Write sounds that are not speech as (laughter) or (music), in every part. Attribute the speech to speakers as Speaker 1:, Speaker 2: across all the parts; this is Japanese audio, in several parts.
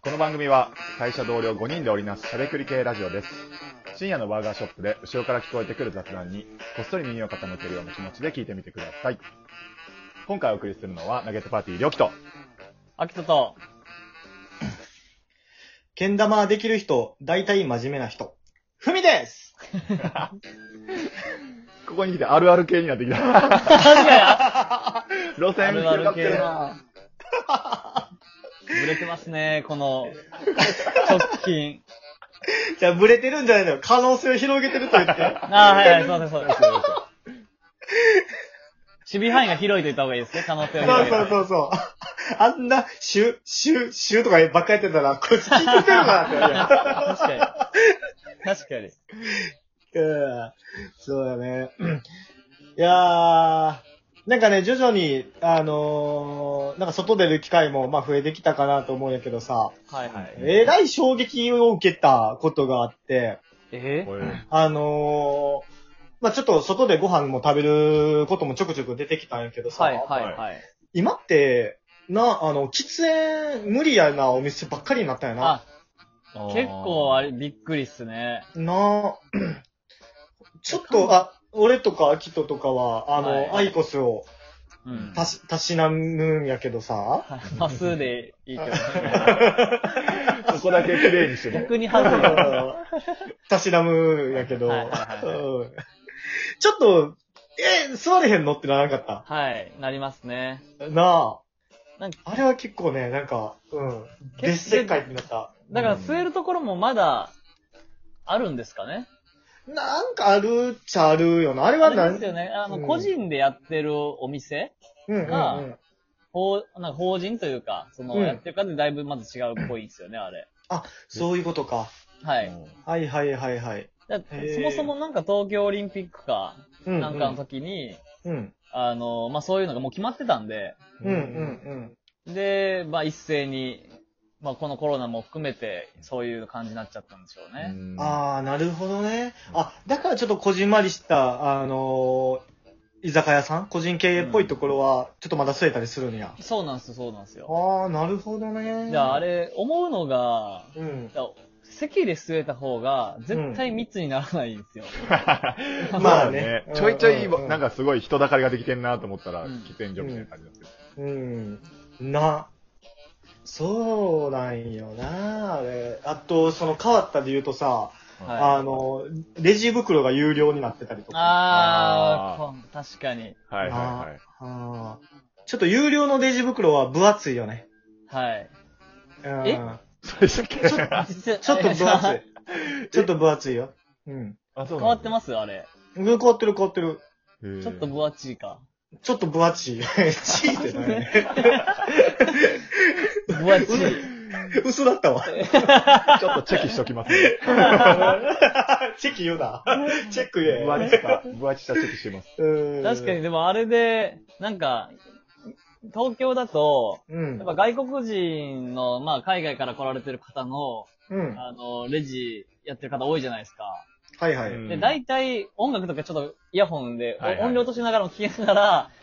Speaker 1: この番組は会社同僚5人で織りなすしゃべくり系ラジオです深夜のバーガーショップで後ろから聞こえてくる雑談にこっそり耳を傾けるような気持ちで聞いてみてください今回お送りするのはナゲットパーティーりょうきと
Speaker 2: 秋田と、
Speaker 3: けん玉できる人、大体真面目な人。ふみです
Speaker 1: ここに来てあるある系になってきた (laughs)
Speaker 2: 確か
Speaker 1: 路線
Speaker 2: あ
Speaker 1: 広
Speaker 2: る
Speaker 1: が
Speaker 2: あ
Speaker 1: って
Speaker 2: る系
Speaker 1: るな
Speaker 2: に、ブレてますね、この、直近。
Speaker 3: じゃあ、ブレてるんじゃないのよ可能性を広げてると言って。
Speaker 2: ああ、はいはい、すいません、そうです。守備範囲が広いと言った方がいいですね、可能
Speaker 3: そ
Speaker 2: 性を
Speaker 3: う
Speaker 2: 広げ
Speaker 3: そうそうそう。あんな、シュ、シュ、シュとかばっかりやってたら、こいつ聞いてるかなってなるやん
Speaker 2: 確かに。確かに。
Speaker 3: うんそうだね。うんいやー、なんかね、徐々に、あのー、なんか外出る機会も、まあ増えてきたかなと思うんやけどさ、
Speaker 2: はいはい。
Speaker 3: えらい衝撃を受けたことがあって、
Speaker 2: え
Speaker 1: こういう
Speaker 3: あのー、まあちょっと外でご飯も食べることもちょくちょく出てきたんやけどさ、
Speaker 2: はいはいはい。
Speaker 3: 今って、な、あの、喫煙無理やなお店ばっかりになったんやな。
Speaker 2: あ、結構あれ、びっくりっすね。
Speaker 3: な (clears throat) あちょっと、あ、俺とかアキトとかは、あの、
Speaker 2: はい
Speaker 3: アイコスを
Speaker 2: うん。
Speaker 3: たし、たしなむんやけどさ。
Speaker 2: 多数でいいけどね。
Speaker 1: そこだけ綺麗にしてね
Speaker 2: 逆に半数。
Speaker 3: たしなむんやけど、
Speaker 2: はいはいはい
Speaker 3: うんちょっと、え、座れへんのってならなかっ
Speaker 2: はい、なりますね。
Speaker 3: た。なあ
Speaker 2: なんか
Speaker 3: あれは結構ね、なんか、うん。
Speaker 2: 結
Speaker 3: 別世界になった。
Speaker 2: だから吸えるところもまだ、あるんですかね
Speaker 3: なんかあるっちゃあるよな。あれ
Speaker 2: あ
Speaker 3: は
Speaker 2: れ
Speaker 3: な
Speaker 2: で
Speaker 3: ん、
Speaker 2: すよね。あの、
Speaker 3: うん
Speaker 2: 個人でやってるお店
Speaker 3: うんうんうん。
Speaker 2: 法、なんか法人というか、その、
Speaker 3: うん
Speaker 2: やってる方でだいぶまず違うっぽいんですよね、あれ。
Speaker 3: そういうことか。
Speaker 2: はい。
Speaker 3: はいはいはいはい。
Speaker 2: だ
Speaker 3: ー
Speaker 2: そもそもなんか東京オリンピックか、
Speaker 3: う
Speaker 2: なんかの時に、
Speaker 3: うん。
Speaker 2: あの、まあ、そういうのがもう決まってたんで、
Speaker 3: うんうんうん。
Speaker 2: で、まあ、一斉に、まあ、このコロナも含めて、そういう感じになっちゃったんでしょうね。
Speaker 1: うん
Speaker 3: ああ、なるほどね。あ、だからちょっとこじんまりした、あのー居酒屋さん個人経営っぽいところは、ちょっとまだ据えたりするんや。
Speaker 2: そうなんですよ、そうなんですよ。
Speaker 3: ああ、なるほどね。
Speaker 2: じゃあ、あれ、思うのが、
Speaker 3: うん。
Speaker 2: だ席で据えた方が、絶対密にならないんですよ。
Speaker 1: ま (laughs)
Speaker 3: ま
Speaker 1: あ
Speaker 3: あ
Speaker 1: ね
Speaker 3: ね、
Speaker 1: ちょいちょい、
Speaker 3: うんうんうん
Speaker 1: なんかすごい人だかりができてんなと思ったら、
Speaker 2: うん
Speaker 1: 喫煙所みたいな感じだったけど
Speaker 3: うん。な。そうなんよな、あれ。あと、その変わったで言うとさ、
Speaker 2: はい
Speaker 3: あの、レジ袋が有料になってたりとか。
Speaker 2: あ
Speaker 1: あ
Speaker 2: ー、こん確かに。
Speaker 1: はいはいはい。
Speaker 3: あーちょっと有料のレジ袋は分厚いよね。
Speaker 2: はい。
Speaker 3: うん
Speaker 2: え
Speaker 1: それしたっけ
Speaker 3: ちょっ
Speaker 2: ちょっ
Speaker 3: ちょっと分厚
Speaker 2: (laughs) 変
Speaker 3: い。 (laughs) ちょっと分厚いよ。うん。
Speaker 1: あ、そう
Speaker 2: わって
Speaker 1: ま
Speaker 2: ますあれ。
Speaker 3: うん、変わってる変わってる。
Speaker 1: す
Speaker 2: ちょっと分厚いか。
Speaker 3: ちょっと分厚い。 (laughs) チーってないね。
Speaker 2: 分厚い。
Speaker 3: (laughs) 嘘だったわ。
Speaker 1: ちょっとチェキしときますね。
Speaker 2: (laughs)
Speaker 3: チェキ言うな。チェック言え。
Speaker 1: 分厚さ、分厚さチェキしてます。
Speaker 3: うん
Speaker 2: 確かに、。でもあれで、なんか、東京だと、
Speaker 3: う
Speaker 2: やっ
Speaker 3: ん。
Speaker 2: ぱ外国人の、まあ海外から来られてる方の、
Speaker 3: うん。
Speaker 2: あの、レジやってる方多いじゃないですか。
Speaker 3: はいは
Speaker 1: う
Speaker 3: い。
Speaker 1: ん
Speaker 2: で、大体音楽とかちょっとイヤホンで、
Speaker 1: はいはい
Speaker 2: 音量落としながらも聞きながら、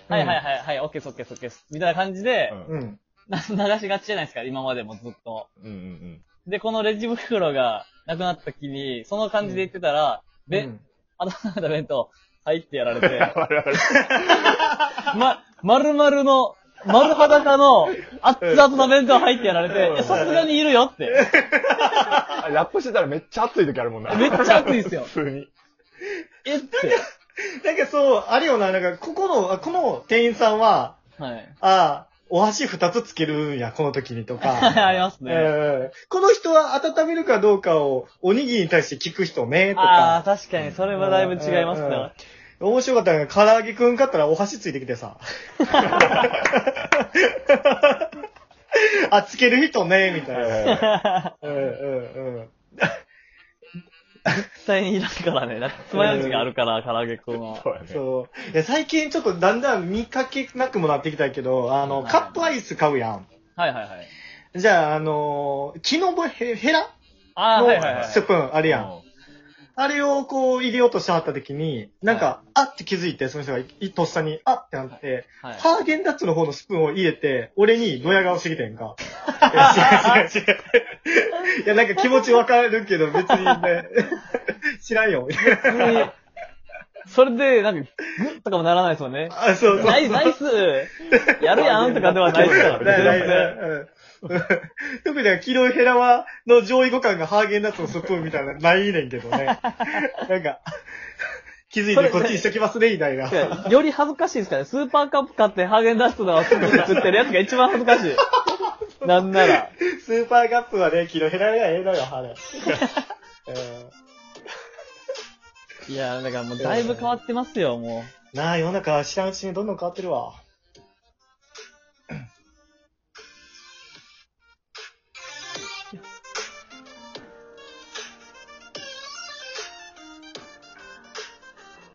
Speaker 3: うん
Speaker 2: はいはいはいはい、オッケーですオッケーですオッケーですみたいな感じで、
Speaker 1: うん
Speaker 3: うん。
Speaker 2: な流しがちじゃないですか、今までもずっと。
Speaker 1: うんうん
Speaker 2: で、このレジ袋がなくなった時に、その感じで言ってたら、べ、
Speaker 3: うん
Speaker 2: 頭の弁当、入ってやられ
Speaker 1: (laughs) うん。
Speaker 2: て、 (laughs)
Speaker 1: 我々
Speaker 2: ま、丸々の、丸裸の、熱々の弁当入ってやられて、いやさすがにいるよって。
Speaker 1: あラップしてたらめっちゃ熱い時あるもんな。
Speaker 2: めっちゃ熱いっす
Speaker 1: (laughs)
Speaker 2: よ。
Speaker 1: 普通に。
Speaker 2: えって。
Speaker 3: なんかそう、あれよな、なんか、ここの、あこの店員さんは、
Speaker 2: はい。
Speaker 3: ああ、お箸二つつけるんや、この時にとか。
Speaker 2: あります (laughs) ね。
Speaker 3: うんこの人は温めるかどうかを、おにぎりに対して聞く人ね、と
Speaker 2: ああ、
Speaker 3: か。
Speaker 2: 確かに、それはだいぶ違います
Speaker 3: うんうんうん
Speaker 2: ね。
Speaker 3: 面白かったのが、唐揚げくん買ったらお箸ついてきてさ。 (laughs) あ、つける人ね、みたい
Speaker 2: (laughs)
Speaker 3: な。うんうんうん。
Speaker 2: 絶対にいらんからね。だって、つまようじがあるから、唐揚げくんは。
Speaker 1: そうやね。
Speaker 3: そう。いや、最近ちょっとだんだん見かけなくもなってきたけど、あの、
Speaker 2: はい
Speaker 3: カップアイス買うやん。
Speaker 2: はいはいはい。
Speaker 3: じゃあ、あのー、木のぼへ、へら
Speaker 2: ああ、はいはいは
Speaker 3: の
Speaker 2: い。
Speaker 3: スプーンあるやん。あれをこう入れようとしてはった時に、なんか、あって気づいて、その人がいいとっさに、あってなって、
Speaker 2: はい。
Speaker 3: ハーゲンダッツの方のスプーンを入れて、俺にドヤ顔してきてん
Speaker 2: (laughs)
Speaker 3: か。いや、違う違う違う。いや、なんか気持ちわかるけど、別に
Speaker 2: (laughs)
Speaker 3: ね、知らんよ。みたいな
Speaker 2: 普通に、それで、なんか、グッとかもならないですもんね。
Speaker 3: あ、そうそう。
Speaker 2: ナイス、ナイスやるやんとかではないですから。
Speaker 3: ないないない
Speaker 2: 全
Speaker 3: うん特に、キロヘラは、の上位互換がハーゲンダッツのスプーンみたいな、ないねんけどね。なんか、気づいてこっちにしときますね、みたいな。
Speaker 2: 然より恥ずかしいですからね。スーパーカップ買ってハーゲンダストのスプーン作ってるやつが一番恥ずかしい。なんなら。
Speaker 3: スーパーカップはね、キロヘラがええのよ、あれ。うん
Speaker 2: いや、だからもうだいぶ変わってますよ、もう。
Speaker 3: なあ、世の中知らんうちにどんどん変わってるわ。